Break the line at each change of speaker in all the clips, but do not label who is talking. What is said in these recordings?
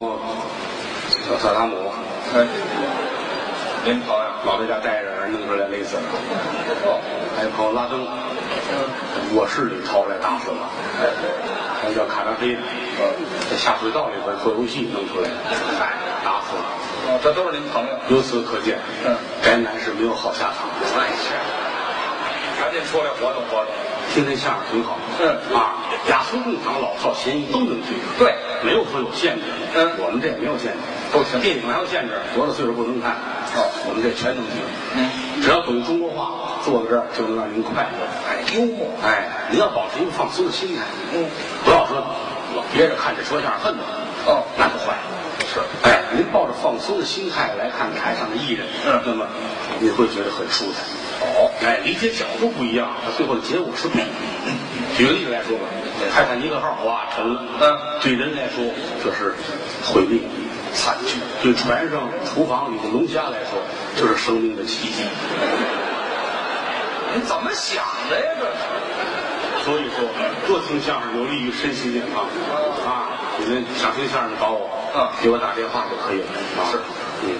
哦小萨达姆，
哎，
您跑呀，老在家待着，弄出来勒死了。
哦，
还有跑拉登，卧室里逃出来打死了。还有叫卡扎菲，呃在下水道里边做游戏弄出来，哎，打死了。
哦，这都是您朋友。
由此可见，
嗯，
该男是没有好下场。
哎呀，赶紧出来活动活动。
听这相声挺好。
嗯
啊，雅俗共赏，老少咸宜都能去。
对，
没有说有限制。
嗯
我们这也没有限制，
都行
电影还有限制，多少岁数不能看。
哦，
我们这全能去，
嗯，
只要懂中国话，坐在这儿就能让您快乐。
哎，幽默。
哎，您要保持一个放松的心态，
嗯，
不要说老憋着看这说相声恨得很，
哦
那就坏。
是。
哎，您抱着放松的心态来看台上的艺人，
嗯
那么你会觉得很舒坦。
哦，
哎，理解角度不一样，它最后的结果是不一样。举个例子来说吧，泰坦尼克号哇沉了，
嗯
对人来说这是毁灭、惨剧；对船上厨房里的龙虾来说，这是生命的奇迹。
您怎么想的呀？这是。
所以说，多听相声有利于身心健康啊！你们想听相声找我，
嗯
给我打电话就可以了。啊
是，
嗯，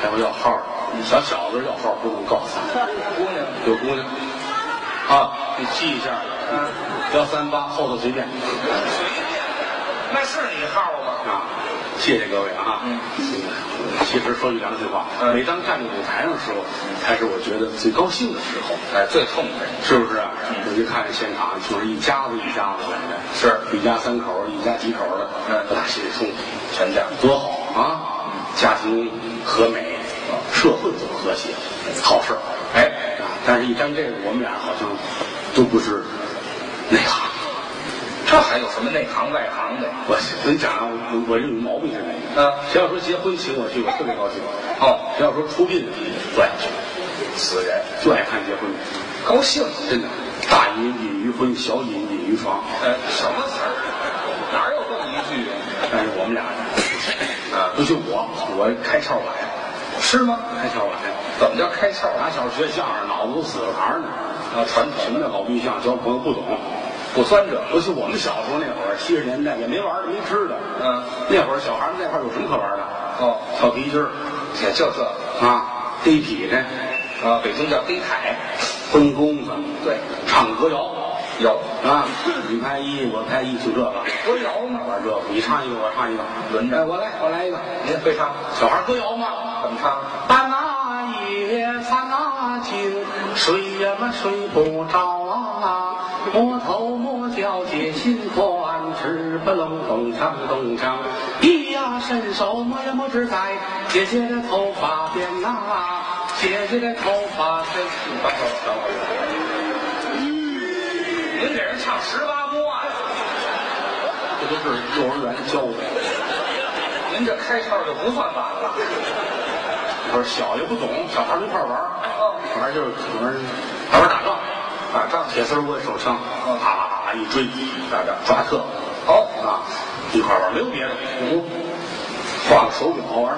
还有要号儿，小小子要号儿不能告诉他，
姑娘，
有姑娘啊，你记一下，
嗯，
幺三八后头随便
随便，那是你号吗？
啊。谢谢各位啊！
嗯
嗯，其实说句良心话，
嗯
每当站在舞台上的时候，才是我觉得最高兴的时候。
哎，最痛快。
是不是啊？我一看现场，就是一家子一家子来的，
是
一家三口儿，一家几口儿的，
嗯
大心里痛快，
全家。
多好啊！家庭和美，社会就和谐，好事儿。
哎，
啊，但是一沾这个，我们俩好像都不是内行。
这还有什么内行外行的？
我跟你讲啊，我我这有毛病是哪个？
啊，
谁要说结婚请我去，我特别高兴；
哦，
谁要说出殡，我也去，
死人，
就爱看结婚，
高兴。
真的。大隐隐于婚，小隐隐于床。
哎，什么词儿？哪有这么一句
但是我们俩，
啊？
尤其我，我开窍晚，
是吗？
开窍晚。
怎么叫开窍
打
啊？
小学相声，脑子都死了膛呢。
啊，传统
什么叫搞对象、交朋友不懂？
不酸这。
尤其我们小时候那会儿，七十年代也没玩的，没吃的。
嗯，
那会儿小孩们那块儿有什么可玩的？
哦，
跳皮筋儿
也就这个
啊，逮痞呢，
啊，北京叫黑海。
蹬弓子，
对，
唱歌谣
有
啊，你拍一，我拍一，就这个。
歌谣吗？
玩这个，你唱一个，我唱一个，
轮着
哎，我来，我来一个。
您会唱？
小孩歌谣嘛，
怎么唱？
搬啊野，翻啊井，水呀嘛水不着啊，摸头摸脚解心宽，直不隆咚锵咚锵，一呀伸手摸呀摸指甲，姐姐的头发辫呐、姐姐的头发真是白。
等会儿，等会儿。您给人唱十八摸啊？
这都是幼儿园教的，
您这开窍就不算晚了。
不是小也不懂，小孩没法玩儿，
哦
玩儿就是可能玩儿打仗，
打仗
铁丝儿握手枪，啪啪啪啪一追，
打仗
抓特。
好，
啊，一块儿玩，没有别的。嗯，画个手表好玩，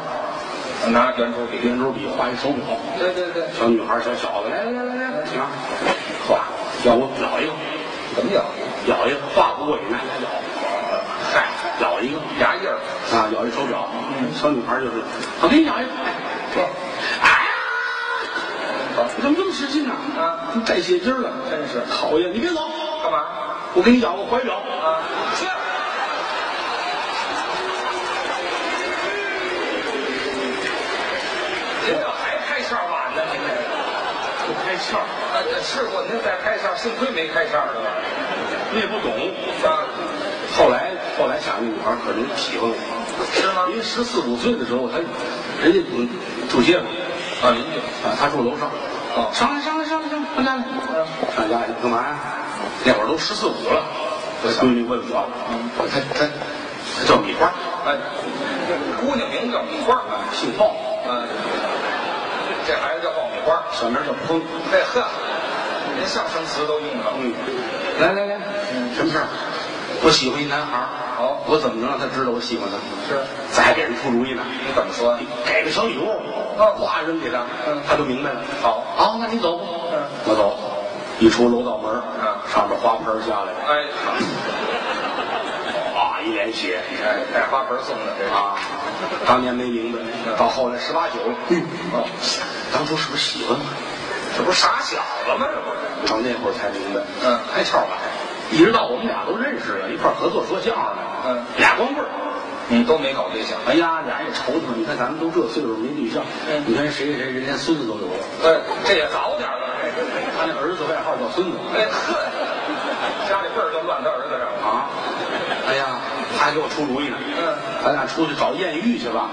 拿圆珠笔。
圆珠笔画一手表，
对对对，
小女孩儿、小小子，来来来来来，行，画，要不咬一个，
怎么咬？
咬一个，画不过瘾，拿牙咬，嗨，咬一个
牙印儿。
啊，咬一手表。小女孩儿就是，我给你咬一个，哎，
哦
哎呀，你怎么这么使劲呢？
啊，
你带血筋儿了，
真是
讨厌！你别走，
干嘛？
我给你咬个怀表。
啊，去！您这还开窍晚呢，您这个。
就开窍，
啊，这试过您再开窍，幸亏没开窍这玩意
你也不懂。
儿啊，
后来后来想，那女孩儿可能喜欢我，
是吗
因？为十四五岁的时候，她人家嗯住街坊，
啊，邻居。
啊，她住楼上。
哦
上来上来上来上来，上来
嗯
上家去干嘛呀？那会儿都十四五了，我闺女问我，我她她她叫米花，
哎，姑娘名叫米花儿，
姓鲍，
嗯，这孩子叫爆米花儿。
小名叫烹。
这呵，连相声词都用上了。
嗯，来来来，什么事儿？我喜欢一男孩儿，
哦
我怎么能让他知道我喜欢他？
是，
咱还给人出主意呢。
你怎么说？
给个小礼物，
嗯
哗扔给他
嗯，
他就明白了。
好
好，那你走吧。
嗯
我走，一出楼道门，
嗯
上面花盆下来，
哎，
写
哎，带花盆送的这个
啊。当年没明白，到后来十八九，嗯，
哦，
当初是不是喜欢我？
这不是傻小子吗？这不是？
到那会儿才明白，
嗯
开窍了，一直到我们俩都认识了，一块儿合作说相声的，
嗯，
俩光棍儿。
你都没搞对象？
哎呀，俩也愁他，你看咱们都这岁数没对象，
嗯
你看谁谁谁人连孙子都有了，
哎，这也早点了。哎这
他那儿子外号叫孙子
哎呵，家里辈儿就乱到儿子上了。
啊，哎呀，他还给我出主意呢，
嗯，
咱俩出去找艳遇去吧，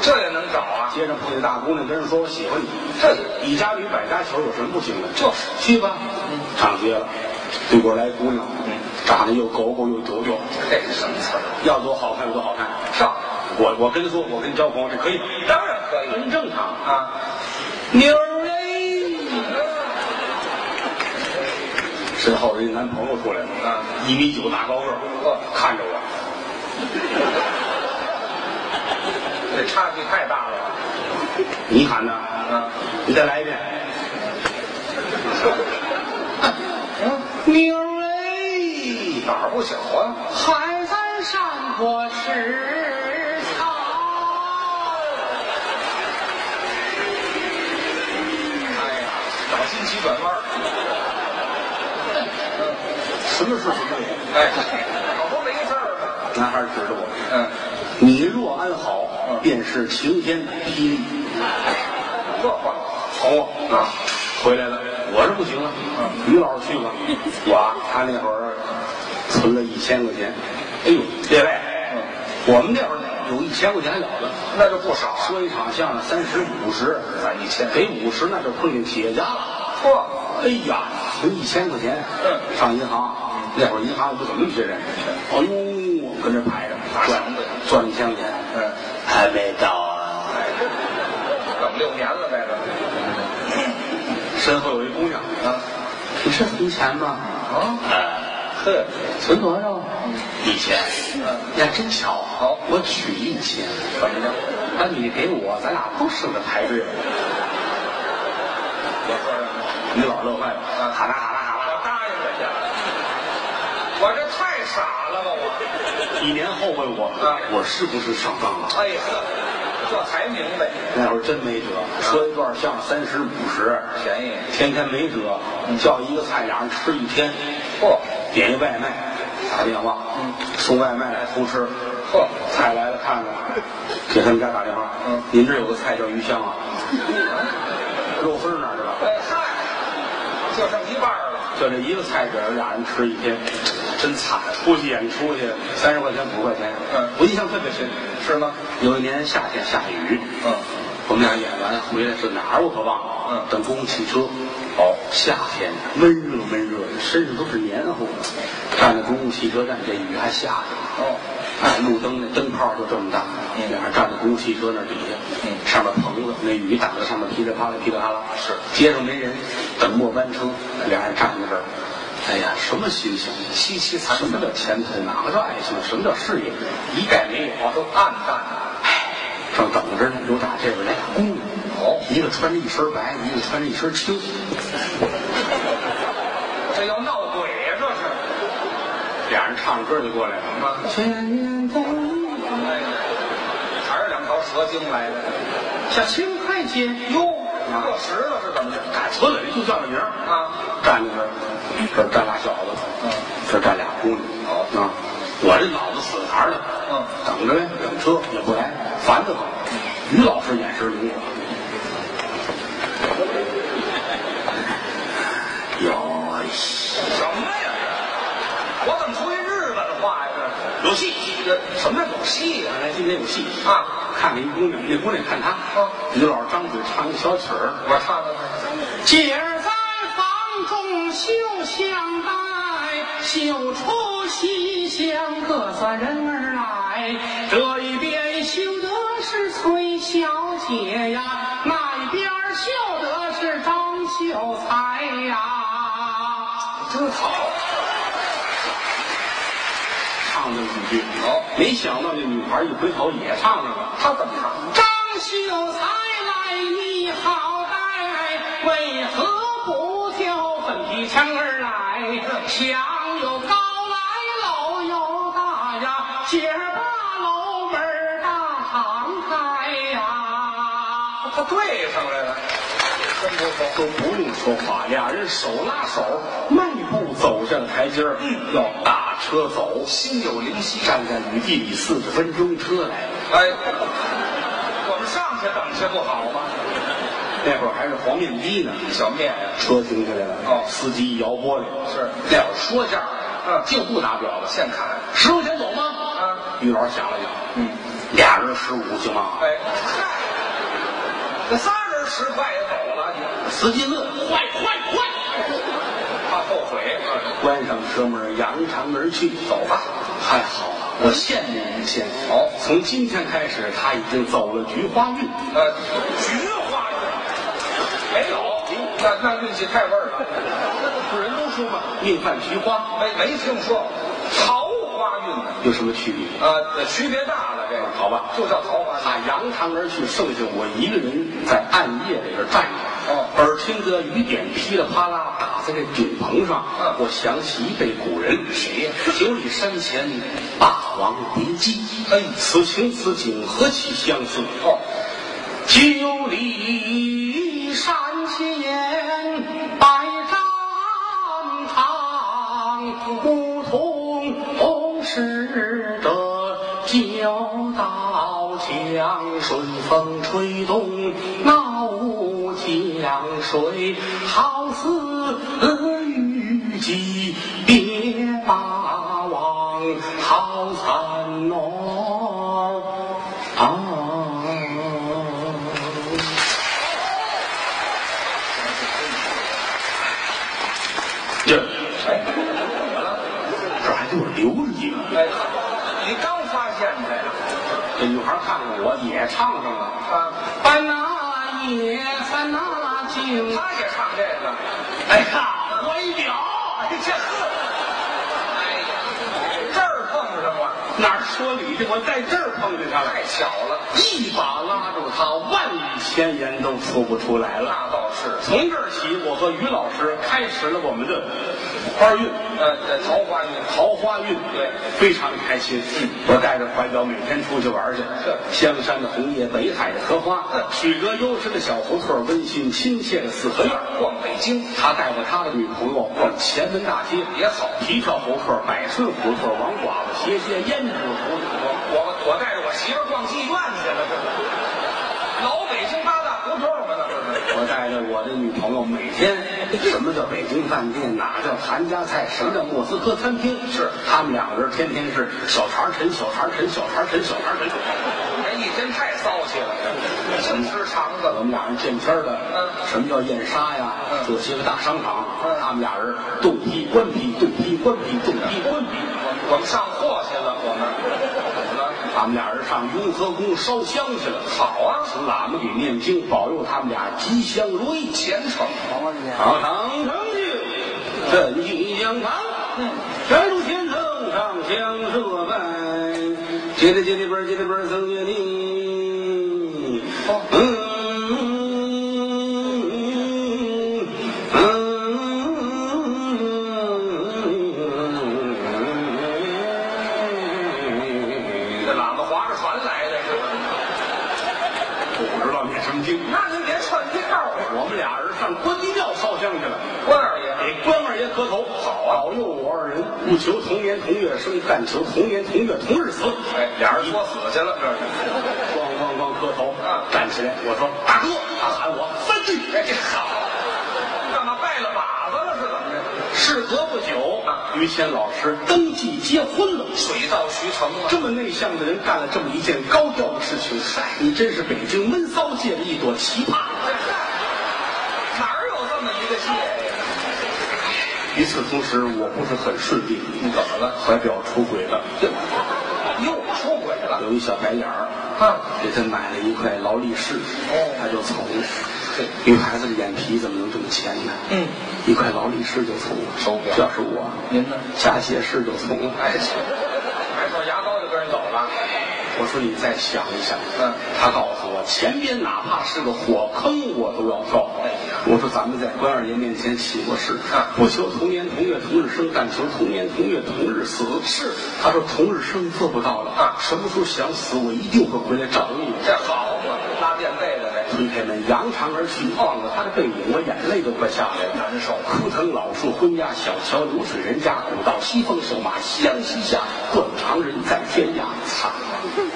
这也能找啊？
街上碰见大姑娘跟人说我喜欢你，
这
以家女百家求有什么不行的？
就是
去吧，上街了，对过来姑娘
嗯，
长得又狗狗又丢丢，
这是什么词儿？
要多好看有多好看。
上，
我我跟他说，我跟你交朋友，这可以吧？
当然可以
很正常。
啊。
妞儿哎，身后人家男朋友出来了，
啊，
一米九大高个儿，
哦
看着我，
这差距太大了。
你喊呢？
啊，
你再来一遍。妞儿哎，
哪儿不小啊？
还在山坡吃草。
哎呀，脑筋急转弯儿。
什么是什么人？
哎，可不没事儿吗？
男孩指着我，
嗯，
你若安好，
嗯
便是晴天霹雳。
这话
哄我啊，回来了，我是不行了。于老师去吧，我啊他那会儿存了一千块钱，哎呦，嗯列位，我们那会儿有一千块钱还了得，
那就不少啊。
说一场相声三十五十，
攒一千，
给五十那就碰见企业家了。
嚯，
哎呀，存一千块钱，
嗯
上银行，那会儿银行也不怎么缺人，哎呦，我跟这排着
大
赚
绳子
赚一千块钱，
嗯，
还没到啊，
等六年了在这。
身后有一姑娘，
啊
你是存钱吗？
啊，
呃。
呵，
存多少？一千。
嗯，
呀，真巧，啊
好
我取一千，
怎么着？
把你给我，咱俩都省着排队了。
我说什么？
你老乐坏了，
啊
哈啦哈啦哈
我答应人家了。我这太傻了吧我！
啦！一年后问我，
啊
我是不是上当了？
哎呀，这才明白，
那会儿真没辙，说一段相声三十五十，
便宜。
天天没辙，叫一个菜俩人吃一天，
嚯
点一外卖，打电话，
嗯
送外卖来偷吃，
嚯，
菜来了看看，给他们家打电话，
嗯
您这有个菜叫鱼香啊，肉丝儿哪儿去了？
哎嗨，就剩一半儿了。
就这一个菜籽儿，俩人吃一天，真惨。出去演出去，三十块钱五十块钱，
嗯
我印象特别深。
是吗？
有一年夏天下雨，
嗯，
我们俩演完回来是哪儿我可忘了，啊
嗯
等公共汽车。
哦，
夏天闷热闷热，身上都是黏糊的。站在公共汽车站，这雨还下着。
哦，
哎，路灯那灯泡就这么大，
嗯
俩人站在公共汽车那底下，
嗯
上面棚子，那雨打在上面噼里啪啦噼里啪啦。
是
街上没人，等末班车，俩人站在这儿。哎呀，什么心情？啊凄凄惨惨。什么叫前途？哪个叫爱情？什么叫事业？一概没有。啊
我都暗淡。
哎正等着呢，有打这边来俩姑娘，
哦，
一个穿着一身白，一个穿着一身青。
这要闹鬼呀，这是。啊
俩人唱着歌就过来了。千年等
哎呀，还是两条蛇精来的。
小青快些
哟，过时了是怎么着？
赶村了，就叫这名儿
啊，
站在这儿，这儿站俩小子，
嗯，
这儿站俩姑娘。
好
啊，我这脑子死茬儿了，
嗯，
等着呗，等车也不来，烦得很。于老师眼神灵活。有戏，
什么呀？我怎么出一日本话呀？
有戏！
这这什么叫有戏呀？
来今天有戏
啊！
看看一姑娘，那姑娘看他
嗯，
于老师张嘴唱一小曲儿。
我唱的是
姐儿在房中绣香袋，绣出西厢各色人儿来。这一边绣的是崔小姐呀，那一边绣的是张秀才呀。
真好。
唱这么几句，
好
没想到这女孩一回头也唱上了。
他怎么唱？
张秀才来，你好歹，为何不叫粉皮枪儿来？墙有高来，楼有大呀，姐儿把楼门儿大敞开呀，
他对上来了，真不错。
都不用说话，俩人手拉手，迈步走上台阶儿，
嗯
要打车走。
心有灵犀。
站在雨地里四十分钟车来了，
哎，我们上去等去不好吗？
那会儿还是黄面的呢。
小面呀，
车停下来了，
哦
司机一摇玻璃，
是
俩人说相声，
嗯
净不打表了，
现砍。
十块钱走吗？
啊，
于老师想了想，
嗯，
俩人十五行吗？
哎，嗨，这仨人十块也走了，你
司机乐，快快快！
怕后悔？啊
关上车门，扬长而去。走吧，太好了，我羡慕于谦。
哦
从今天开始，他已经走了菊花运。
呃，菊花运没有，那那运气太味儿了，
不是人都说嘛，命犯菊花，
没没听说过桃花运呢。
有什么区别？
啊，这区别大了，这个
好吧
就叫桃花运。
他扬长而去，剩下我一个人在暗夜里边站着。
哦
耳听得雨点噼里啪啦打在这顶棚上。
嗯
我想起一辈古人，谁呀？九里山前霸王别姬。
哎
此情此景何其相似。
哦，
九里山前百战场，梧桐红使者九道墙，顺风吹动那五江水，好似雨季别把望，好惨哦。啊！这
哎，怎么了？
这还给我留着一个。
哎，你刚发现的呀？
这女孩看看我也唱上了，
啊，
翻那野，翻那景。
他也唱这个。
哎呀，我一表，
哎，这呵，哎呀，这儿碰上了，
哪儿说理去？我在这儿碰见她了
太，巧了。
一把拉住她，万语千言都说不出来了。
那倒是，
从这儿起，我和于老师开始了我们的花运。
呃，这桃花运好。
桃花运，
对，
非常开心。
嗯
我带着怀表每天出去玩去，
是
香山的红叶，北海的荷花
嗯，
曲折幽深的小胡同，温馨亲切的四合院。
逛北京
他带着他的女朋友逛前门大街，
也好，
皮条胡同、百顺胡同、王寡妇斜街、胭脂胡
我
同。
我我带着我媳妇儿逛妓院去了，这是老北京八大胡同嘛，那不是？
我带着我的女朋友每天，什么叫北京饭店，哪叫韩家菜，什么叫莫斯科餐厅？
是
他们两个人天天是小茶陈，小茶陈，小茶陈，小茶陈。
这一天哎太骚气了，这净吃肠子
我
了。
们俩人见天儿的，
嗯
什么叫燕莎呀？
嗯
这些个大商场，他们俩人动批官批，动批官批，动批官批。
嗯我们上货去了，我们怎么了？
他们俩人上雍和宫烧香去了，
好啊，
请喇嘛给念经，保佑他们俩吉祥如意。
虔诚。
好，堂上去，镇吉祥堂，摘路前头上香设拜，接着接着本接着本僧决定。
哦
嗯嗯嗯
这喇嘛划着船来的是吧？
我不知道念什么经。
那您别串调啊，
我们俩人上关帝庙烧香去了，
关二爷。
给关二爷磕头，好啊，保佑我二人，不求同年同月生，但求同年同月同日死。
哎，俩人说死去了，这是。
咣咣咣磕头
啊，
站起来，我说大哥，他喊我三句，
哎，这好，干嘛拜了把子了是怎么着？
事隔不久
啊，
于谦老师登记结婚了。
水到渠成啊！
这么内向的人干了这么一件高调的事情，嗨，你真是北京闷骚界的一朵奇葩。
哪儿有这么一个界呀？
与此同时，我不是很顺利，
你怎么了？
怀表出轨了，
又出轨了？
有一小白眼儿。
啊，
给他买了一块劳力士，
哦
他就从
对
女孩子的眼皮怎么能这么浅呢？
嗯，
一块劳力士就从了，
手表
这要是我，
您呢？
假鞋式就从了。
哎，这买块牙膏就跟人走了。
我说你再想一想，
嗯，
他告诉我前边哪怕是个火坑我都要跳。
哎呀，嗯
我说咱们在关二爷面前起过誓，不求同年同月同日生，但求同年同月同日死。
是，
他说同日生做不到了
啊
什么时候想死，我一定会回来找你。
这好嘛，拉垫背的呗，
推开门，扬长而去，望着他的背影，我眼泪都快下来了。
难受啊！
枯藤老树昏鸦，小桥流水人家，古道西风瘦马相西下，断肠人在天涯。惨！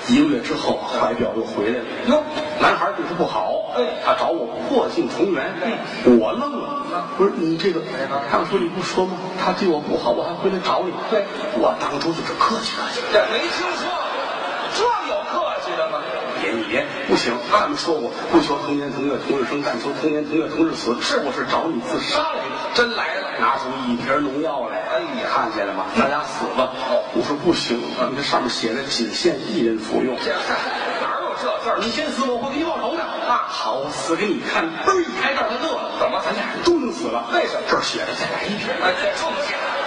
一个月之后，怀表又回来了。
哟，
男孩对他不好，
哎
他找我破镜重圆，我愣了，不是你这个，
哎
当初你不说吗？他对我不好，我还回来找你，
对
我当初就是客气客气，
这没听说过，这有客气的吗？
别一别，不行，咱们说过，不求同年同月同日生，但求同年同月同日死，是我是找你自杀来的。
真来了，
拿出一瓶农药来，
哎呀
看见了吗？咱俩死吧。我说不行，你这上面写着仅限一人服用。
这哪有这事
你
儿？
先死，我会给你报仇的
啊
好，我死给你看。嘣儿一开盖，他乐了。
怎么
咱俩人都能死了？
为什么
这儿写着再来一瓶。
哎，这重点。